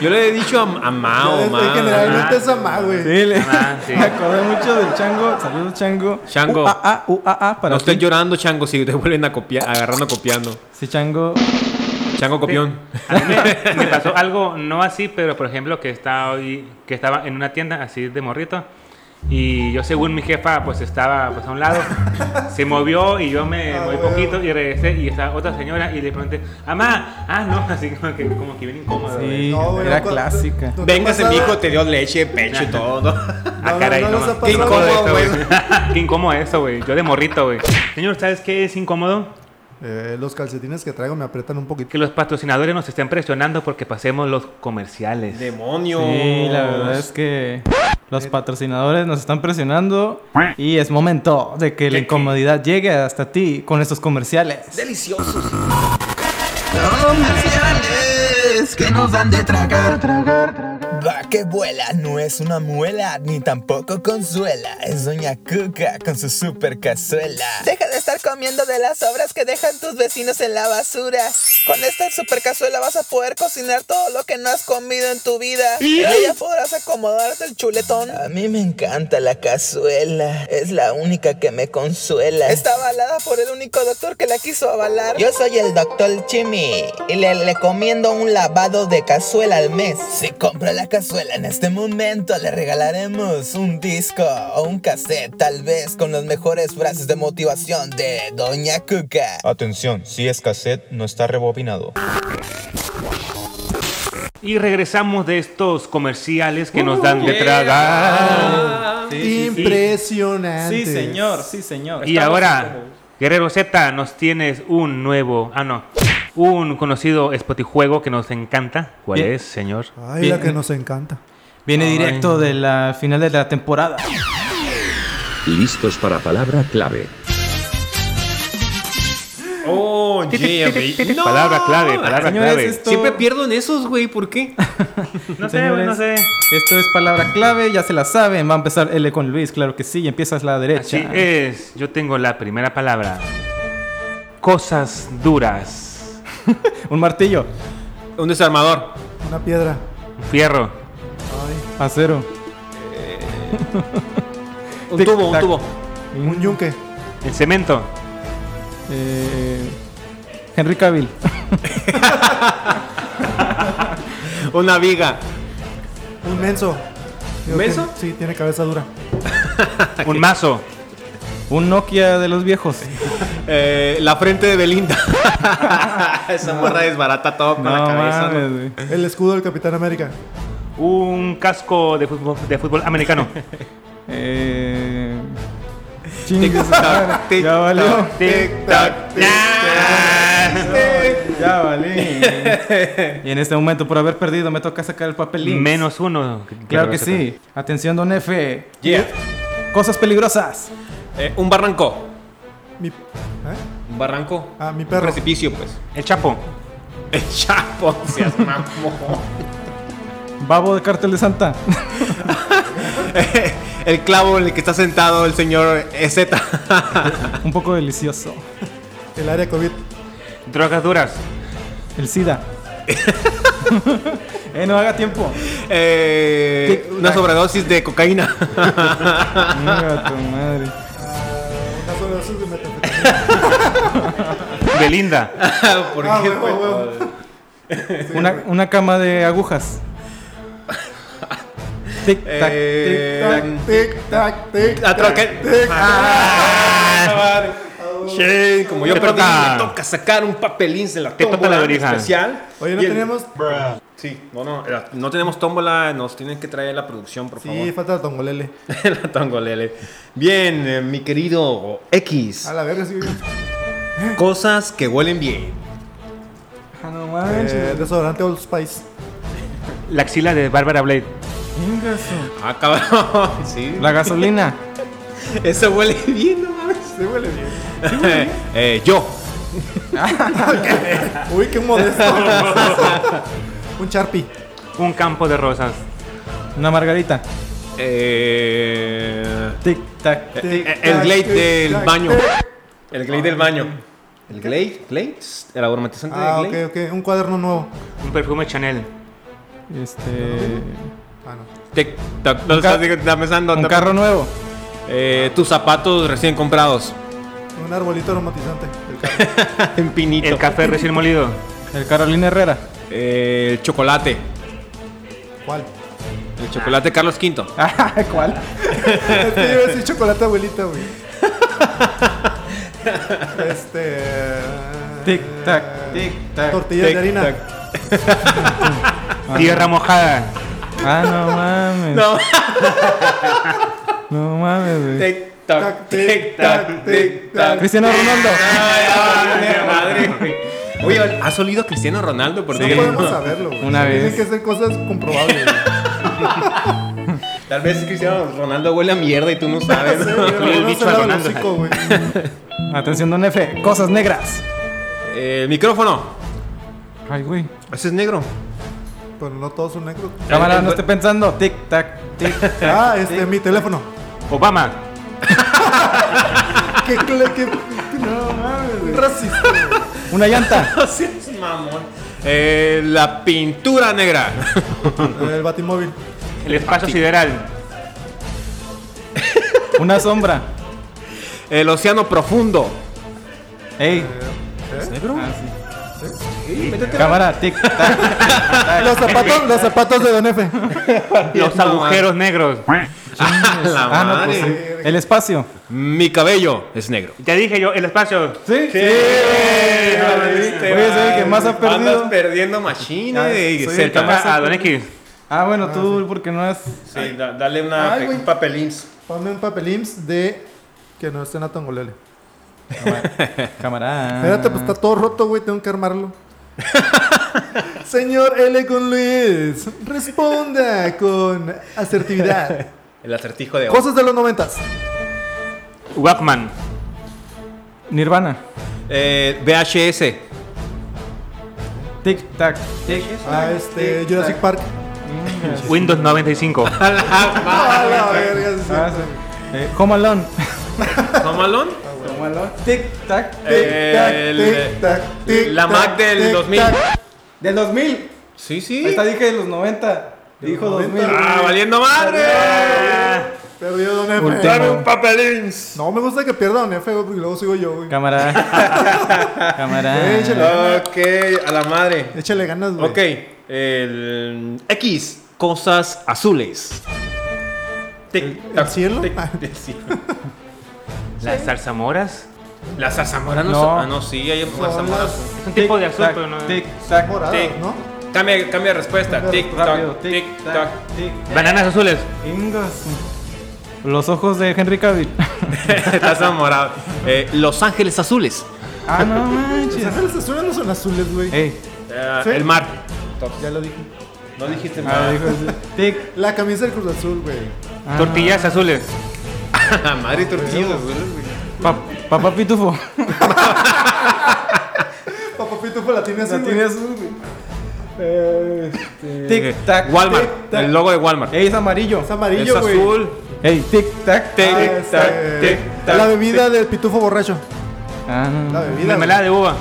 [SPEAKER 2] Yo le he dicho a, a Mao,
[SPEAKER 5] Yo,
[SPEAKER 2] Mao.
[SPEAKER 5] generalmente
[SPEAKER 4] ma.
[SPEAKER 5] es amar, güey.
[SPEAKER 3] Sí, le-
[SPEAKER 4] Ah, sí.
[SPEAKER 3] me acordé mucho del chango, saludos chango.
[SPEAKER 2] Chango.
[SPEAKER 3] Uh, ah, ah, uh, ah, ah, para
[SPEAKER 2] No estés
[SPEAKER 3] ti.
[SPEAKER 2] llorando, chango, si te vuelven a copiar, agarrando, copiando.
[SPEAKER 3] Sí, chango.
[SPEAKER 2] Chango copión.
[SPEAKER 4] A mí me, me pasó algo, no así, pero por ejemplo que estaba, hoy, que estaba en una tienda así de morrito y yo según mi jefa pues estaba pues a un lado, se movió y yo me
[SPEAKER 5] Ah,
[SPEAKER 4] moví
[SPEAKER 5] huevo.
[SPEAKER 4] poquito y regresé y estaba otra señora y le pregunté, mamá, ah no, así como que, como que bien incómodo.
[SPEAKER 3] Sí,
[SPEAKER 4] güey.
[SPEAKER 5] No, güey,
[SPEAKER 3] era
[SPEAKER 5] no, cu-
[SPEAKER 3] clásica.
[SPEAKER 5] no-
[SPEAKER 2] Véngase,
[SPEAKER 5] pasaba?
[SPEAKER 2] mijo, te dio leche, pecho y todo.
[SPEAKER 4] Ah,
[SPEAKER 5] no,
[SPEAKER 4] caray,
[SPEAKER 5] no
[SPEAKER 4] no,
[SPEAKER 5] nos
[SPEAKER 4] mames.
[SPEAKER 5] ha pasado,
[SPEAKER 4] Qué incómodo
[SPEAKER 2] güey.
[SPEAKER 4] eso, güey. Qué incómodo eso, güey. Yo de morrito, güey. Señor, ¿sabes qué es incómodo?
[SPEAKER 5] Eh, los calcetines que traigo me aprietan un poquito.
[SPEAKER 4] Que los patrocinadores nos estén presionando porque pasemos los comerciales.
[SPEAKER 2] Demonio.
[SPEAKER 3] Sí, la verdad es que los patrocinadores nos están presionando y es momento de que la incomodidad llegue hasta ti con estos comerciales.
[SPEAKER 1] Deliciosos. Comerciales que nos dan de tragar.
[SPEAKER 6] Va que vuela, no es una muela, ni tampoco consuela. Es Doña Cuca con su super cazuela. Deja de estar comiendo de las obras que dejan tus vecinos en la basura. Con esta super cazuela vas a poder cocinar todo lo que no has comido en tu vida. Y ya podrás acomodarte el chuletón. A mí me encanta la cazuela. Es la única que me consuela. Está avalada por el único doctor que la quiso avalar. Yo soy el doctor Chimi y le recomiendo un lavado de cazuela al mes. Si compra la cazuela en este momento, le regalaremos un disco o un cassette, tal vez con las mejores frases de motivación de Doña Cuca.
[SPEAKER 7] Atención, si es cassette, no está rebobinado.
[SPEAKER 4] Y regresamos de estos comerciales que nos dan de tragar.
[SPEAKER 5] Impresionante.
[SPEAKER 3] Sí, señor, sí, señor.
[SPEAKER 4] Y ahora, Guerrero Z, nos tienes un nuevo, ah no, un conocido spotijuego que nos encanta. ¿Cuál
[SPEAKER 3] Bien.
[SPEAKER 4] es, señor?
[SPEAKER 5] Ay,
[SPEAKER 3] Bien.
[SPEAKER 5] la que nos encanta.
[SPEAKER 3] Viene directo de la final de la temporada.
[SPEAKER 1] Listos para palabra clave.
[SPEAKER 2] Oh, yeah, baby. No.
[SPEAKER 4] Palabra clave, palabra
[SPEAKER 3] Señores,
[SPEAKER 4] clave.
[SPEAKER 3] esto-
[SPEAKER 2] Siempre pierdo en esos, güey, ¿por qué?
[SPEAKER 4] No sé,
[SPEAKER 3] Señores,
[SPEAKER 4] no sé.
[SPEAKER 3] Esto es palabra clave, ya se la saben. Va a empezar L con Luis, claro que sí. Y empiezas la derecha.
[SPEAKER 4] Así es, yo tengo la primera palabra. Cosas duras.
[SPEAKER 3] Un martillo,
[SPEAKER 2] Un desarmador.
[SPEAKER 5] Una piedra.
[SPEAKER 4] Fierro.
[SPEAKER 5] Ay,
[SPEAKER 3] acero,
[SPEAKER 2] Un
[SPEAKER 3] Tic,
[SPEAKER 2] tubo, un
[SPEAKER 3] tac.
[SPEAKER 2] tubo.
[SPEAKER 5] un yunque.
[SPEAKER 4] El cemento.
[SPEAKER 3] eh, Henry Cavill,
[SPEAKER 2] Una viga.
[SPEAKER 5] Un menso. Digo,
[SPEAKER 2] ¿Menso?
[SPEAKER 5] tiene- Sí, tiene cabeza dura.
[SPEAKER 4] Un mazo.
[SPEAKER 3] un Nokia de los viejos.
[SPEAKER 2] Eh, la frente de Belinda. Esa morra desbarata todo con la
[SPEAKER 3] No
[SPEAKER 2] cabeza. ¿no?
[SPEAKER 3] mames, güey.
[SPEAKER 5] El escudo del Capitán América.
[SPEAKER 4] Un casco de fútbol, de fútbol americano.
[SPEAKER 3] Eh,
[SPEAKER 2] Tic,
[SPEAKER 3] chingues,
[SPEAKER 2] tac, tic,
[SPEAKER 3] ya valió.
[SPEAKER 2] tac, tic, tac, tic, tac, tic.
[SPEAKER 3] Ya vale. y en este momento, por haber perdido, me toca sacar el papelín.
[SPEAKER 4] Menos uno.
[SPEAKER 3] Claro
[SPEAKER 4] Guerrero
[SPEAKER 3] que
[SPEAKER 4] Z.
[SPEAKER 3] sí. Atención, don F.
[SPEAKER 2] Yeah.
[SPEAKER 3] Cosas peligrosas.
[SPEAKER 2] Eh, un barranco.
[SPEAKER 5] Mi, ¿eh?
[SPEAKER 2] Un barranco.
[SPEAKER 5] Ah, mi
[SPEAKER 2] Un
[SPEAKER 5] perro.
[SPEAKER 2] precipicio, pues.
[SPEAKER 4] El Chapo.
[SPEAKER 2] El chapo, pues, seas mamón.
[SPEAKER 3] Babo de cartel de Santa.
[SPEAKER 2] El clavo en el que está sentado el señor E EZ.
[SPEAKER 3] Un poco delicioso.
[SPEAKER 5] El área COVID.
[SPEAKER 4] Drogas duras.
[SPEAKER 3] El SIDA. eh, no haga tiempo.
[SPEAKER 2] Eh,
[SPEAKER 3] Tic,
[SPEAKER 2] una
[SPEAKER 3] tac.
[SPEAKER 2] sobredosis de cocaína.
[SPEAKER 3] Venga, tu madre.
[SPEAKER 5] Una sobredosis de metanfetamina.
[SPEAKER 4] Belinda.
[SPEAKER 2] ¿Por
[SPEAKER 5] Ah,
[SPEAKER 2] qué,
[SPEAKER 5] huevo,
[SPEAKER 2] güey?
[SPEAKER 5] huevo.
[SPEAKER 3] Una, una cama de agujas. Tic, tac, tic,
[SPEAKER 2] Eh,
[SPEAKER 3] tac.
[SPEAKER 5] Tic, tac, tic,
[SPEAKER 2] Ah,
[SPEAKER 5] tac,
[SPEAKER 2] troque-
[SPEAKER 5] tic.
[SPEAKER 2] Ah,
[SPEAKER 5] Ah, huevo.
[SPEAKER 2] Che, como yo
[SPEAKER 4] Te
[SPEAKER 2] perdí,
[SPEAKER 4] toca.
[SPEAKER 2] me toca sacar un papelín de la
[SPEAKER 4] Te toca la
[SPEAKER 2] tómbola en
[SPEAKER 4] verija.
[SPEAKER 2] especial.
[SPEAKER 5] Oye, no
[SPEAKER 2] Y el-
[SPEAKER 5] tenemos.
[SPEAKER 2] Sí, no, no, era- no tenemos tómbola, nos tienen que traer la producción, por
[SPEAKER 5] Sí,
[SPEAKER 2] favor.
[SPEAKER 5] falta Tongolele.
[SPEAKER 2] la tongolele. Bien, eh, mi querido X,
[SPEAKER 5] A la verga, sí.
[SPEAKER 2] cosas que huelen bien.
[SPEAKER 3] Ah, no
[SPEAKER 5] Eh,
[SPEAKER 3] manches.
[SPEAKER 5] desodorante Old Spice.
[SPEAKER 4] La axila de Bárbara Blade.
[SPEAKER 3] Venga, su-
[SPEAKER 2] Ah, cabrón, sí.
[SPEAKER 3] La gasolina.
[SPEAKER 2] Eso huele bien, no mames. Sí huele bien. eh, yo.
[SPEAKER 5] Uy, qué modesto. Un Sharpie.
[SPEAKER 4] Un campo de rosas.
[SPEAKER 3] Una margarita.
[SPEAKER 2] Eh,
[SPEAKER 3] Tic tac.
[SPEAKER 5] Tic,
[SPEAKER 2] eh, el
[SPEAKER 5] tac,
[SPEAKER 2] glade
[SPEAKER 5] tic,
[SPEAKER 2] del
[SPEAKER 5] tac,
[SPEAKER 2] baño.
[SPEAKER 5] tic.
[SPEAKER 2] El glade del baño. ¿El glade? ¿Glade? ¿El aromatizante
[SPEAKER 5] Ah,
[SPEAKER 2] de
[SPEAKER 5] ok,
[SPEAKER 2] glade?
[SPEAKER 5] ok. Un cuaderno nuevo.
[SPEAKER 4] Un perfume Chanel.
[SPEAKER 3] Este.
[SPEAKER 5] Ah, no.
[SPEAKER 2] Tic, tac, no,
[SPEAKER 3] Un ca-
[SPEAKER 2] estás- estás pensando.
[SPEAKER 3] Un
[SPEAKER 2] te-
[SPEAKER 3] carro nuevo.
[SPEAKER 2] Eh, tus zapatos recién comprados.
[SPEAKER 5] Un arbolito aromatizante.
[SPEAKER 2] en pinito.
[SPEAKER 4] El café recién molido.
[SPEAKER 3] El Carolina Herrera.
[SPEAKER 2] Eh, el chocolate.
[SPEAKER 5] ¿Cuál?
[SPEAKER 2] El chocolate Carlos V.
[SPEAKER 3] Ah, ¿Cuál?
[SPEAKER 5] Es que yo iba a decir chocolate abuelita, güey. Este.
[SPEAKER 3] Tic
[SPEAKER 5] eh,
[SPEAKER 3] tac. Tic tac.
[SPEAKER 5] Tortillas
[SPEAKER 2] Tic,
[SPEAKER 5] de harina.
[SPEAKER 2] tac. Ah.
[SPEAKER 4] Tierra mojada.
[SPEAKER 3] Ah, no mames.
[SPEAKER 2] No.
[SPEAKER 3] No mames, güey.
[SPEAKER 2] Tic, tac, tic, tac, tic, tac.
[SPEAKER 3] Cristiano Ronaldo.
[SPEAKER 2] Ay, madre, güey. Oye, ¿has olido a Cristiano Ronaldo? Porque
[SPEAKER 5] No podemos saberlo, güey.
[SPEAKER 3] Una
[SPEAKER 5] Tienen
[SPEAKER 3] vez.
[SPEAKER 5] que ser cosas comprobables. güey.
[SPEAKER 2] Tal vez Cristiano Ronaldo huele a mierda y tú no sabes.
[SPEAKER 5] Sí,
[SPEAKER 2] ¿no?
[SPEAKER 5] güey,
[SPEAKER 4] el
[SPEAKER 5] no
[SPEAKER 4] bicho
[SPEAKER 5] se lava el
[SPEAKER 4] Ronaldo.
[SPEAKER 5] hocico, güey.
[SPEAKER 3] Atención, don F. Cosas negras.
[SPEAKER 2] Eh, micrófono.
[SPEAKER 3] Ay, güey.
[SPEAKER 2] Ese es negro.
[SPEAKER 5] Pero no todos son negros.
[SPEAKER 3] Cámara,
[SPEAKER 5] eh,
[SPEAKER 3] no esté pensando. Tic tac. Tic tac.
[SPEAKER 5] Ah, este, mi teléfono.
[SPEAKER 4] Obama.
[SPEAKER 5] ¿Qué, cl- qué, no mames, güey. Racista. güey.
[SPEAKER 3] Una llanta.
[SPEAKER 2] Así es, mamón. Eh, la pintura negra.
[SPEAKER 5] El batimóvil.
[SPEAKER 4] El espacio sideral.
[SPEAKER 3] Una sombra.
[SPEAKER 2] El océano profundo.
[SPEAKER 3] Ey. Ah,
[SPEAKER 2] ¿Es negro?
[SPEAKER 3] Cámara, tic tac.
[SPEAKER 5] Los zapatos, los zapatos de Don Efe.
[SPEAKER 4] Los
[SPEAKER 2] No,
[SPEAKER 4] agujeros negros.
[SPEAKER 2] Ah, la
[SPEAKER 3] Ah, no,
[SPEAKER 2] madre.
[SPEAKER 3] pues sí. El espacio.
[SPEAKER 2] Mi cabello es negro.
[SPEAKER 4] Ya dije yo, el espacio.
[SPEAKER 3] Sí. Sí.
[SPEAKER 2] Oye,
[SPEAKER 3] Oye, soy el que más ha perdido.
[SPEAKER 2] Andas perdiendo machine.
[SPEAKER 3] Ah,
[SPEAKER 2] y
[SPEAKER 3] soy el
[SPEAKER 2] cerca.
[SPEAKER 3] que más
[SPEAKER 4] Toca a Don X.
[SPEAKER 3] Ah, bueno, tú, porque no has.
[SPEAKER 2] Sí, da- dale una,
[SPEAKER 5] Ay,
[SPEAKER 2] pe-
[SPEAKER 5] güey.
[SPEAKER 2] un papelín.
[SPEAKER 5] Ponme un papel IMSS de que no estén a Tongolele.
[SPEAKER 3] Cámara.
[SPEAKER 5] Espérate, pues está todo roto, güey. Tengo que armarlo. Señor L. con Luis, responda con asertividad.
[SPEAKER 2] El acertijo de hoy.
[SPEAKER 5] Cosas de los noventas.
[SPEAKER 4] Walkman.
[SPEAKER 3] Nirvana.
[SPEAKER 2] Eh, VHS.
[SPEAKER 3] Tic tac. Tic.
[SPEAKER 5] Ah, este, Jurassic Park.
[SPEAKER 4] Windows 95.
[SPEAKER 5] Ah, la verga, sí.
[SPEAKER 3] Ah, sí. Eh, Home Alone.
[SPEAKER 2] ¿Tomalón?
[SPEAKER 3] Home Alone. Tic tac.
[SPEAKER 2] Eh, el-
[SPEAKER 5] Tic, tac, tic, tac, tic,
[SPEAKER 2] la
[SPEAKER 5] tac,
[SPEAKER 2] Mac del
[SPEAKER 5] tic,
[SPEAKER 2] 2000.
[SPEAKER 5] tac.
[SPEAKER 3] Del 2000.
[SPEAKER 2] Sí,
[SPEAKER 3] Ahí
[SPEAKER 2] sí.
[SPEAKER 3] está, dije de los 90. Dijo 2000.
[SPEAKER 2] Ah, valiendo madre.
[SPEAKER 5] Perdió Don Efe.
[SPEAKER 3] Último. Dame un
[SPEAKER 2] papelín.
[SPEAKER 5] No, me gusta que pierda Don Efe, güey, porque luego sigo yo, güey.
[SPEAKER 3] Cámara.
[SPEAKER 5] Güey, échale,
[SPEAKER 3] Cámara.
[SPEAKER 5] ganas,
[SPEAKER 2] Ok, a la madre.
[SPEAKER 5] échale ganas, güey.
[SPEAKER 2] Ok, el X, cosas azules. Tic,
[SPEAKER 5] ¿El
[SPEAKER 2] tac,
[SPEAKER 5] cielo?
[SPEAKER 2] tic,
[SPEAKER 5] Ah.
[SPEAKER 2] el cielo.
[SPEAKER 4] Las zarzamoras.
[SPEAKER 2] Las zarzamoras no,
[SPEAKER 3] No.
[SPEAKER 2] son- Ah, no, sí, hay zarzamoras.
[SPEAKER 4] Es un tipo de azul, pero no.
[SPEAKER 3] Tic tac.
[SPEAKER 5] Moradas,
[SPEAKER 2] Tic.
[SPEAKER 5] ¿no?
[SPEAKER 2] Cambia, cambia de respuesta. Tic,
[SPEAKER 3] Rápido.
[SPEAKER 2] tac, tic, tac.
[SPEAKER 3] Tic.
[SPEAKER 4] Bananas azules.
[SPEAKER 3] Ingas. Los ojos de Henry Cavill.
[SPEAKER 2] Estás enamorado. Eh, Los Ángeles Azules.
[SPEAKER 3] ah, no
[SPEAKER 5] Los
[SPEAKER 3] manches.
[SPEAKER 5] ángeles azules no son azules, güey.
[SPEAKER 3] Ey.
[SPEAKER 2] Eh,
[SPEAKER 5] Sí.
[SPEAKER 2] El mar.
[SPEAKER 5] Ya lo dije.
[SPEAKER 2] No dijiste
[SPEAKER 3] Ah,
[SPEAKER 2] nada.
[SPEAKER 3] dijo así. Tic.
[SPEAKER 5] La camisa del Cruz Azul, güey.
[SPEAKER 3] Ah,
[SPEAKER 4] Tortillas azules.
[SPEAKER 2] Madre tortilla.
[SPEAKER 3] pa- papá Pitufo.
[SPEAKER 5] Papá Pitufo la tiene azul,
[SPEAKER 3] La
[SPEAKER 5] güey.
[SPEAKER 3] tiene azul, güey. Tic tac.
[SPEAKER 2] Walmart. El logo de Walmart.
[SPEAKER 3] Ey, es amarillo.
[SPEAKER 5] Es
[SPEAKER 2] Es
[SPEAKER 5] amarillo, güey.
[SPEAKER 2] azul.
[SPEAKER 3] Ey, tic tac.
[SPEAKER 2] Tic,
[SPEAKER 5] Ah,
[SPEAKER 2] tac,
[SPEAKER 5] este,
[SPEAKER 2] tic, tac.
[SPEAKER 5] La bebida del pitufo borracho.
[SPEAKER 3] Ah, no.
[SPEAKER 5] La bebida.
[SPEAKER 4] Mermelada de uva.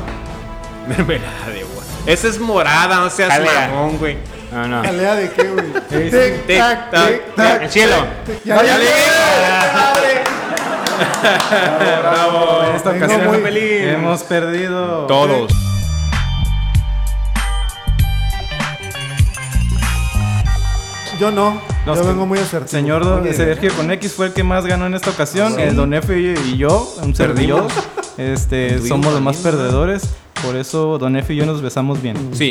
[SPEAKER 2] Mermelada de agua. Esa es morada, no seas
[SPEAKER 4] Jalea.
[SPEAKER 2] mamón, güey.
[SPEAKER 4] No, no.
[SPEAKER 5] güey. ¿Jalea de qué, güey? Tic,
[SPEAKER 2] Tic,
[SPEAKER 5] tac,
[SPEAKER 2] tac,
[SPEAKER 5] tic, tac.
[SPEAKER 4] El cielo.
[SPEAKER 5] tic. Ya, ya,
[SPEAKER 3] En esta
[SPEAKER 5] Vengo
[SPEAKER 3] ocasión
[SPEAKER 5] muy-
[SPEAKER 4] Pelín.
[SPEAKER 3] hemos perdido.
[SPEAKER 2] Todos.
[SPEAKER 5] Yo no.
[SPEAKER 3] Los
[SPEAKER 5] Yo
[SPEAKER 3] que-
[SPEAKER 5] vengo muy acertado.
[SPEAKER 3] Señor don Sergio con X fue el que más ganó en esta ocasión. El don F y y yo, un servidor. Este, somos los más perdedores. Por eso Don Efe y yo nos besamos bien.
[SPEAKER 2] Sí.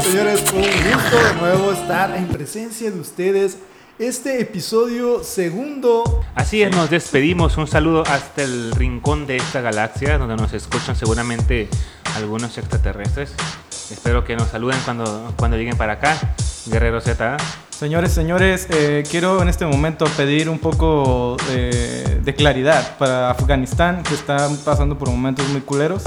[SPEAKER 5] Señores, fue un gusto de nuevo estar en presencia de ustedes. Este episodio segundo
[SPEAKER 4] Así es, nos despedimos. Un saludo hasta el rincón de esta galaxia, donde nos escuchan seguramente algunos extraterrestres. Espero que nos saluden cuando, cuando lleguen para acá. Guerrero Z.
[SPEAKER 3] Señores, señores, eh, quiero en este momento pedir un poco eh, de claridad para Afganistán, que está pasando por momentos muy culeros.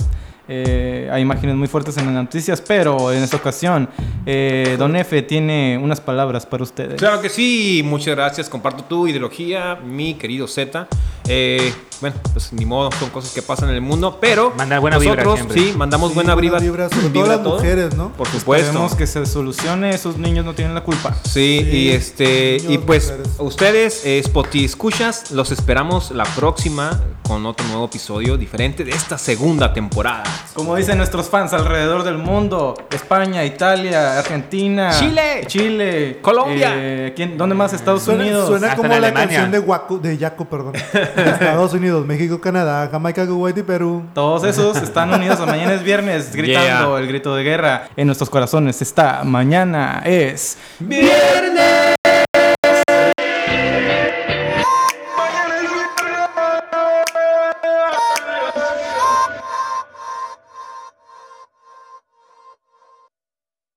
[SPEAKER 3] Eh, hay imágenes muy fuertes en las noticias, pero en esta ocasión, eh, Don Efe tiene unas palabras para ustedes.
[SPEAKER 2] Claro que sí, muchas gracias. Comparto tu ideología, mi querido Z. Eh, bueno, pues ni modo, son cosas que pasan en el mundo, pero
[SPEAKER 4] Mandar buena vibra
[SPEAKER 2] nosotros
[SPEAKER 4] siempre.
[SPEAKER 2] sí, mandamos
[SPEAKER 5] Sí,
[SPEAKER 2] buena vibra,
[SPEAKER 5] vibra, sobre todo
[SPEAKER 2] vibra a
[SPEAKER 5] las
[SPEAKER 2] todos,
[SPEAKER 5] mujeres, ¿no? Pues
[SPEAKER 2] Por supuesto.
[SPEAKER 3] Esperemos que se solucione, esos niños no tienen la culpa.
[SPEAKER 2] Sí,
[SPEAKER 5] Sí,
[SPEAKER 2] y este
[SPEAKER 5] niños,
[SPEAKER 2] y pues
[SPEAKER 5] mujeres.
[SPEAKER 2] ustedes eh, Spotify escuchas, los esperamos la próxima con otro nuevo episodio diferente de esta segunda temporada.
[SPEAKER 3] Como dicen nuestros fans alrededor del mundo, España, Italia, Argentina,
[SPEAKER 2] Chile.
[SPEAKER 3] Chile,
[SPEAKER 2] Colombia.
[SPEAKER 3] eh, ¿quién- ¿dónde más? Estados
[SPEAKER 5] suena,
[SPEAKER 3] Unidos.
[SPEAKER 5] suena
[SPEAKER 4] Hasta
[SPEAKER 5] como
[SPEAKER 4] en
[SPEAKER 5] la
[SPEAKER 4] Alemania.
[SPEAKER 5] canción de, Waco, de Jaco, perdón. Estados Unidos, México, Canadá, Jamaica, Kuwait y Perú.
[SPEAKER 3] Todos esos están unidos a mañana es viernes gritando el grito de guerra en nuestros corazones. Está mañana es viernes.